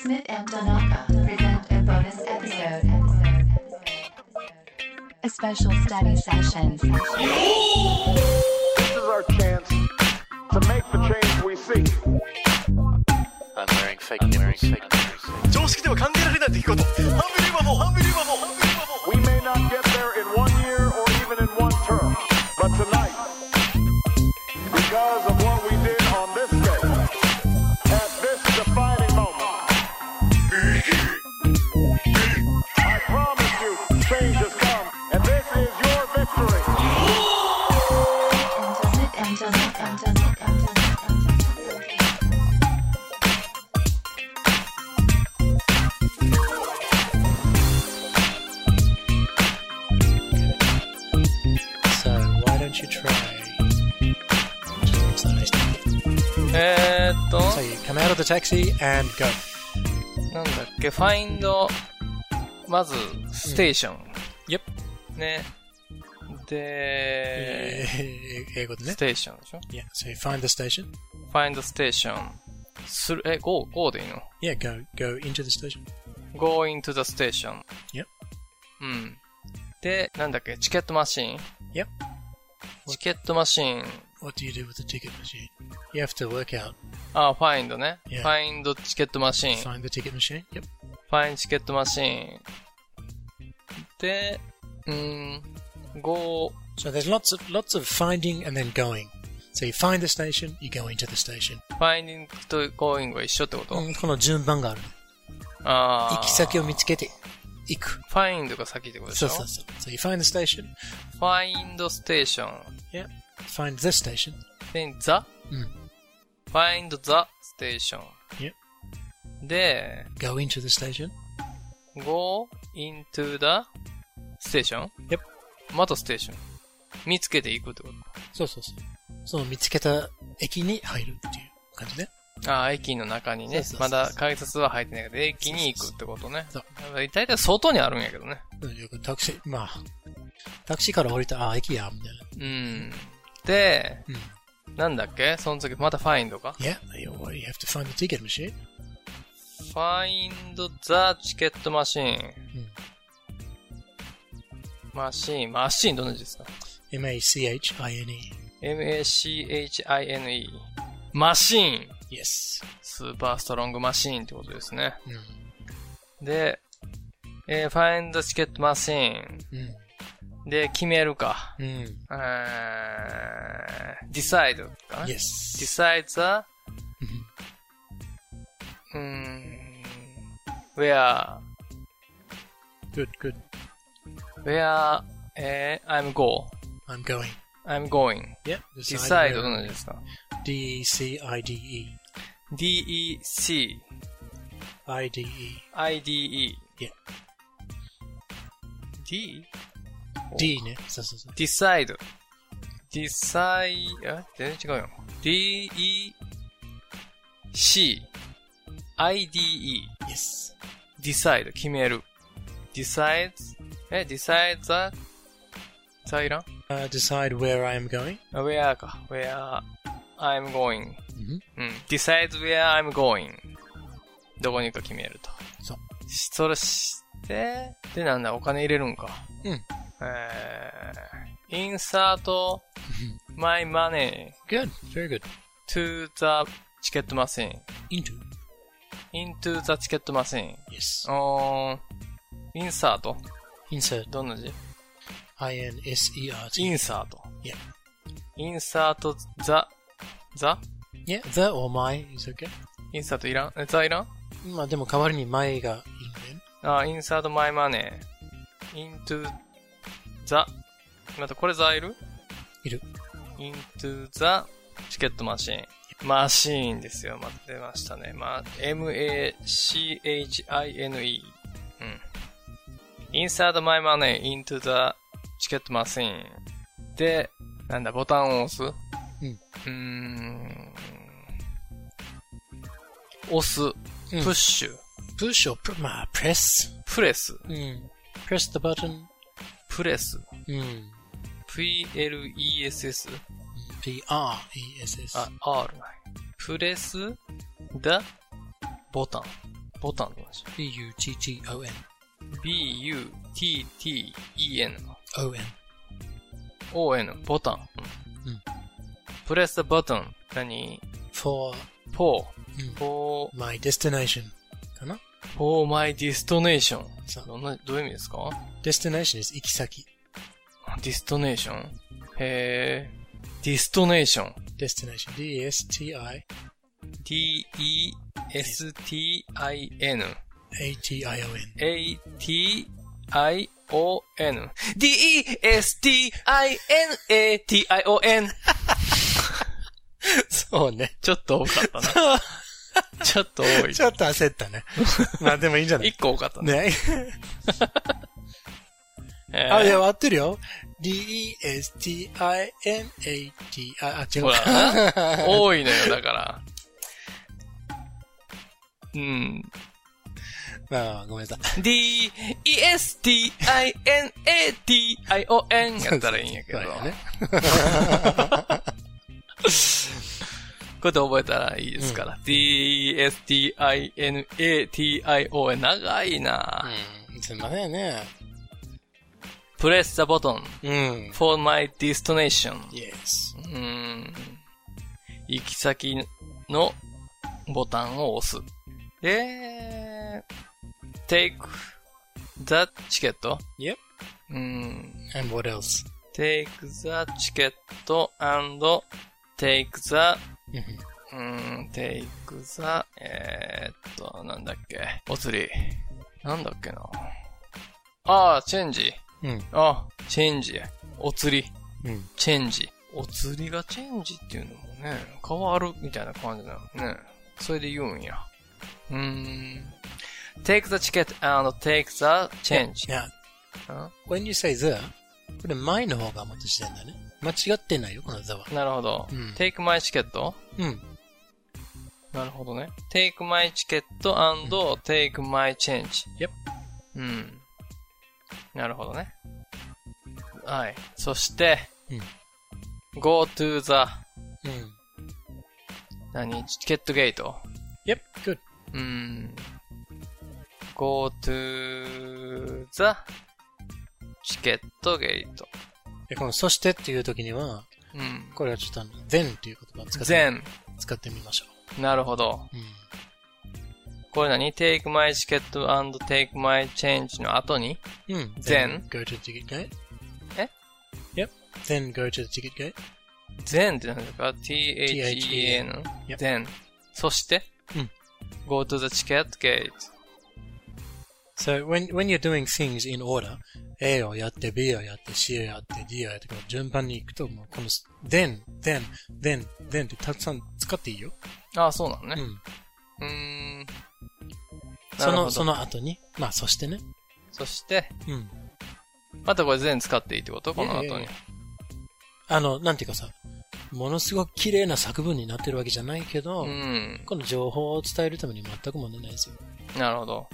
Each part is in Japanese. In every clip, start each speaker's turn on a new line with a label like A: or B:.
A: Smith and Donaka present a bonus episode. A special study session.
B: This is our chance to make the change we seek.
C: I'm wearing fake nipples. nipples.
D: 常識では考えられない出来事ハンビリーバボーハンビリーバボーハンビリーバボー
B: We may not get there in one year or even in one term, but tonight, because of what we did on this day, at this defining moment, I promise you, change has come, and this is your victory.
A: Smith and Donaka.
E: So why don't you try? Just what's that?
C: えーっと、
E: So you come out of the taxi and go.
C: なんだっけ、find, まず、ステーション。
E: Yep.
C: ね。
E: Eh,
C: で、
E: 英語でね
C: ス。テーションでしょ
E: Yeah. So you find the station.
C: ?find station. する、え、go, go でいいの
E: Yeah. Go. Go into the station.
C: ?go into the station.
E: Yep.
C: うん。で、なんだっけ、チケットマシーン
E: Yep.
C: チケットマシーン。
E: What do you do with the ticket machine? You have to work out.
C: あ、find ね。
E: Yeah.
C: find チケットマシーン。
E: Find the ticket machine. Yep.
C: ファインチケットマシーン。で、うーん、go,
E: So there's lots of lots of finding and then going. So you find the station. You go into the station.
C: finding と going が一緒ってこと、
E: うんこの順番がある。
C: ああ。
E: 行き先を見つけて行く。
C: find が先ってことでし
E: そ
C: ょ
E: うそうそう。So you find the station.
C: find station.
E: Yeah. Find the station.
C: then the?
E: うん
C: find the station.
E: Yep.
C: で、
E: Go into the station.
C: go into the station?
E: Yep.
C: またステーション。見つけていくってこ
E: そうそうそう。その見つけた駅に入るっていう感じね。
C: とああ、駅の中にね
E: そうそう。そ
C: ま
E: うそう
C: だ改札は入ってないけど、駅に行くってことね
E: そうそう。
C: 大体外にあるんやけどね。
E: うんよくタクシー、まあ、タクシーから降りたら、あ、駅や、みたい
C: うん。で、
E: な。
C: なんだっけその時、また find か
E: うん。Yeah, you you have to find the ticket machine.
C: ?find the ticket machine. マシーン、マシーンどんな字ですか
E: M-A-C-H-I-N-E.
C: ?m-a-c-h-i-n-e。マシーン。
E: Yes.
C: スーパーストロングマシーンってことですね。
E: うん。
C: で、えー find the ticket machine。
E: うん。
C: で、決めるか。
E: うん。
C: えー、decide かな
E: Yes. Mm-hmm。
C: decide the, うーん、where
E: Good, good.
C: Where, えー I'm go.
E: I'm going.
C: I'm going.
E: Yeah.
C: Decide ど
E: where-
C: の字ですか
E: E D-E-C-I-D-E.
C: ?D-E-C,
E: I-D-E.
C: I-D-E.
E: Yeah.
C: D?
E: D ね。そうそうそう。
C: decide. decide, え全然違うよ。D-E-C, I-D-E.
E: Yes.
C: decide, 決める。decide, え、decide the, さいらん
E: Uh, decide where I am going.
C: where か。where I'm going.
E: うん。
C: うん。decide where I'm going. どこに行くか決めると。
E: そう。
C: しそれして、でなんだ、お金入れるんか。
E: うん。
C: えー、insert my money
E: Good. Very good.
C: to the ticket machine.
E: Into.
C: into the ticket machine.
E: Yes.
C: おー、insert?
E: Insert.
C: どんな字
E: I-N-S-E-R-T.
C: ?insert.
E: Yeah.
C: insert the, the?
E: Yeah, the or my is okay. Mm,
C: insert いらんえ、the いらん
E: まあでも代わりに my がいいんだよね。
C: あ、インサートマイマネー。into the, またこれザいる
E: いる。
C: into the チケットマシーン。マシーンですよ。また出ましたね。ま、m-a-c-h-i-n-e。うん。insert my money into the チケットマシーン。で、なんだ、ボタンを押す
E: うん
C: うーん。押す。プッシュ。
E: push or pr- まあ press.
C: プレス。
E: うん。press the button.
C: プレス。
E: うん。
C: PLESS?
E: P-R-E-S-S.
C: あ、R ない。プレス、だ、ボタン。ボタンって言いました。
E: B U T T O N
C: b-u-t-t-e-n。
E: O N
C: on ボタン。
E: うん
C: プレス the button 何
E: for
C: for
E: うん
C: for
E: my destination かな
C: for my destination
E: そう
C: どんなどういう意味ですか
E: destination is 行き先
C: destination へー destination
E: destination D E S T I
C: d-e-s-t-i-n
E: A T I O N
C: a-t-i-o-n d-e-s-t-i-n-a-t-i-o-n
E: そう ね
C: ちょっと多かったな。ちょっと多 い
E: ち。ょっと焦ったねまあでもいいんじゃない
C: 一個多かったね。
E: ね
C: えー
E: あいや合ってるよ D E S T I N A T I あ違う
C: ほ ら
E: か
C: 多いのよ、だから。うん。
E: まあまあごめんなさい
C: D, E, S, T, I, N, A, T, I, O, N やったらいいんやけど。
E: そうだね
C: こうやって覚えたらいいですから。D, E, S, T, I, N, A, T, I, O, N 長いな、
E: うんすんませんね
C: Press the button
E: うん。
C: for my destination.
E: Yes.
C: うーん。行き先のボタンを押す。で、take the ticket?
E: Yep.
C: うーん。
E: And what else?
C: take the ticket and take the, うーん、take the, えー、っと、なんだっけ。お釣り。なんだっけな。ああ、チェンジ。
E: うん。
C: あ、チェンジ。お釣り。
E: うん。
C: チェンジ。お釣りがチェンジっていうのもね、変わるみたいな感じなのね。それで言うんや。うーん。take the ticket and take the change.
E: Now,
C: ん
E: when you say the, これ前の方がもっと自然だね。間違ってないよ、この the は。
C: なるほど。
E: うん
C: take my ticket?
E: うん。
C: なるほどね。take my ticket and take my change.
E: Yep.
C: うん。なるほどね。はい。そして、go to the,
E: うん。
C: 何チケットゲート
E: Yep, good.
C: うん。go to the チケットゲート。
E: で、このそしてっていう時には、
C: うん。
E: これはちょっとあの、then っていう言葉を使って、
C: 全。
E: 使ってみましょ
C: なるほど。
E: う。
C: これ何 ?take my ticket and take my change の後に
E: うん。うん。
C: then
E: go to the ticket gate.
C: え
E: ?Yep. Then go to the ticket gate.
C: 全って何ですか ?t-h-e-n
E: Yep.。
C: 全。そして、
E: うん
C: go to the ticket gate.
E: So when, when you're doing things in order, A をやって、B をやって、C をやって、D をやって、こう順番に行くと、もうこの then, then, then, then ってたくさん使っていいよ。
C: ああ、そうなの
E: う
C: ね。
E: ん。
C: うーん。な
E: そ
C: るほど
E: の、その後に、まあそしてね。
C: そして、
E: うん。
C: またこれ全使っていいってことこの
E: いや
C: 後
E: いやい
C: に
E: や。あの、なんていうかさ、ものすごく綺麗な作文になってるわけじゃないけど、
C: うん。
E: この情報を伝えるために全く問題ないですよ。
C: なるほど。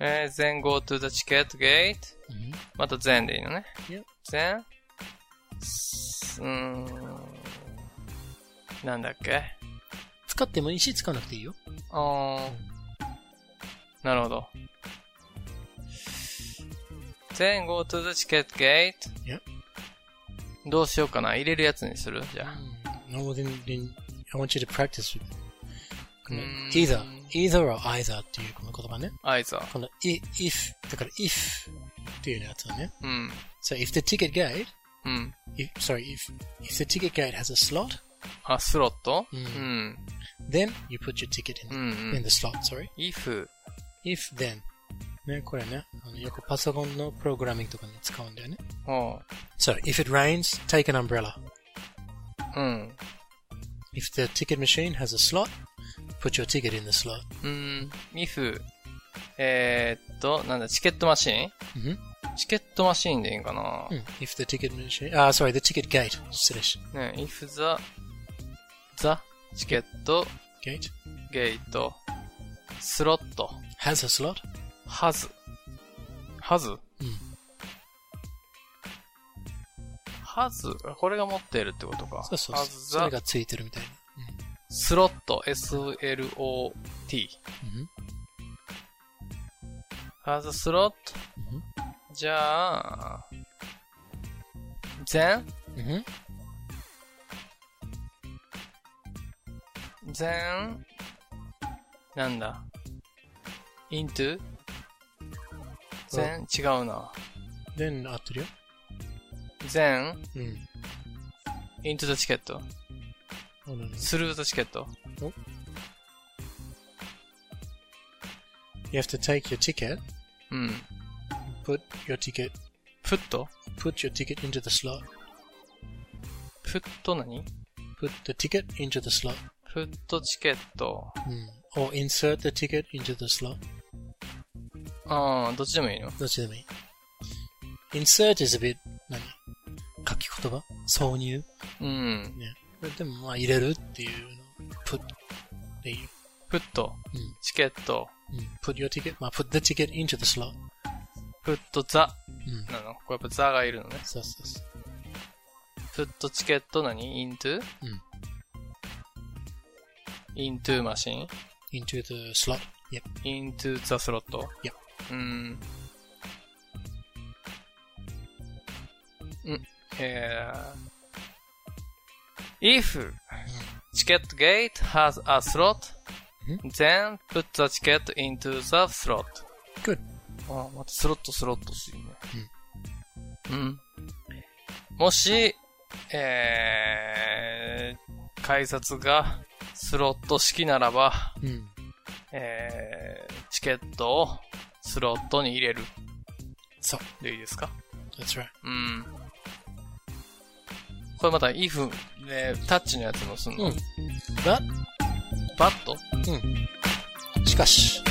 C: えー、then go to the ticket gate.
E: うん。
C: また then でいいのね。
E: Yep.
C: then? すうーん。なんだっけ
E: 使ってもいいし、使わなくていいよ。
C: あー。なるほど。then go to the ticket gate.
E: Yep.
C: どうしようかな入れるやつにするじゃあ。
E: No, then, then I want you to practice with この
C: うん
E: either, either or either っていうこの言葉ね。
C: アイザ
E: この i- if だから if っていうやつはね。
C: うん。
E: So if the ticket gate,
C: うん。
E: if, sorry, if, if the ticket gate has a slot,
C: あ、スロット
E: う
C: うんん。
E: then you put your ticket in,
C: うん
E: in the slot, sorry.
C: うん。if
E: if then ね、これね、あのよくパソコンのプログラミングとかに使うんだよね。
C: おう
E: So if it rains, take an umbrella.
C: うん。
E: If the ticket machine has a slot, put your ticket in the slot.
C: うーん、if、えー、っと、なんだ、チケットマシーン
E: うん
C: チケットマシーンでいいんかな、
E: うん Hmm, If the ticket machine, あ、sorry, the ticket gate. 失礼し。
C: ね、if the, the チケット
E: gate
C: ゲートスロット
E: has a slot.
C: has has?
E: うん。
C: has? これが持っているってことか。
E: そうそう
C: has
E: そう。それ
C: the
E: がついてるみたいな。
C: スロット、S-L-O-T。
E: Mhm.
C: as a slot?
E: うん
C: じゃあ、then?
E: Mhm.
C: then? なんだ into? then? 違うな。
E: Then 合ってるよ。
C: then?
E: うん。
C: into the ticket?
E: そうなの
C: through the ticket?
E: You have to take your ticket,
C: うん。
E: put your ticket,
C: put?
E: put your ticket into the slot,
C: put 何
E: put the ticket into the slot,
C: ?put チケット。
E: うん。or insert the ticket into the slot.
C: ああ、どっちでもいいの
E: どっちでもいい。insert is a bit, 何書き言葉挿入
C: うん。
E: ね。でもまあ入れるっていうの。put っていう。
C: put
E: うん。
C: チケット。
E: うん。put hmm, your ticket, まあ put the ticket into the slot.
C: put the
E: うん。
C: なのこれやっぱザがいるのね。
E: そうそうそう。
C: put チケット何 into? うん。into マシン
E: into the slot. Yep.
C: into the slot?
E: Yep.
C: うん。うん。えー、if チケット gate has a slot,
E: ん
C: then put the ticket into the slot.
E: Good.
C: あまたスロットスロットするね。うん。もし、えー、改札がスロット式ならば、
E: うん。
C: えー、チケットをスロットに入れる。
E: そう。
C: でいいですか
E: That's right.
C: うん。これまた if で、タッチのやつもすんの、
E: うん。But,
C: バット
E: しかし、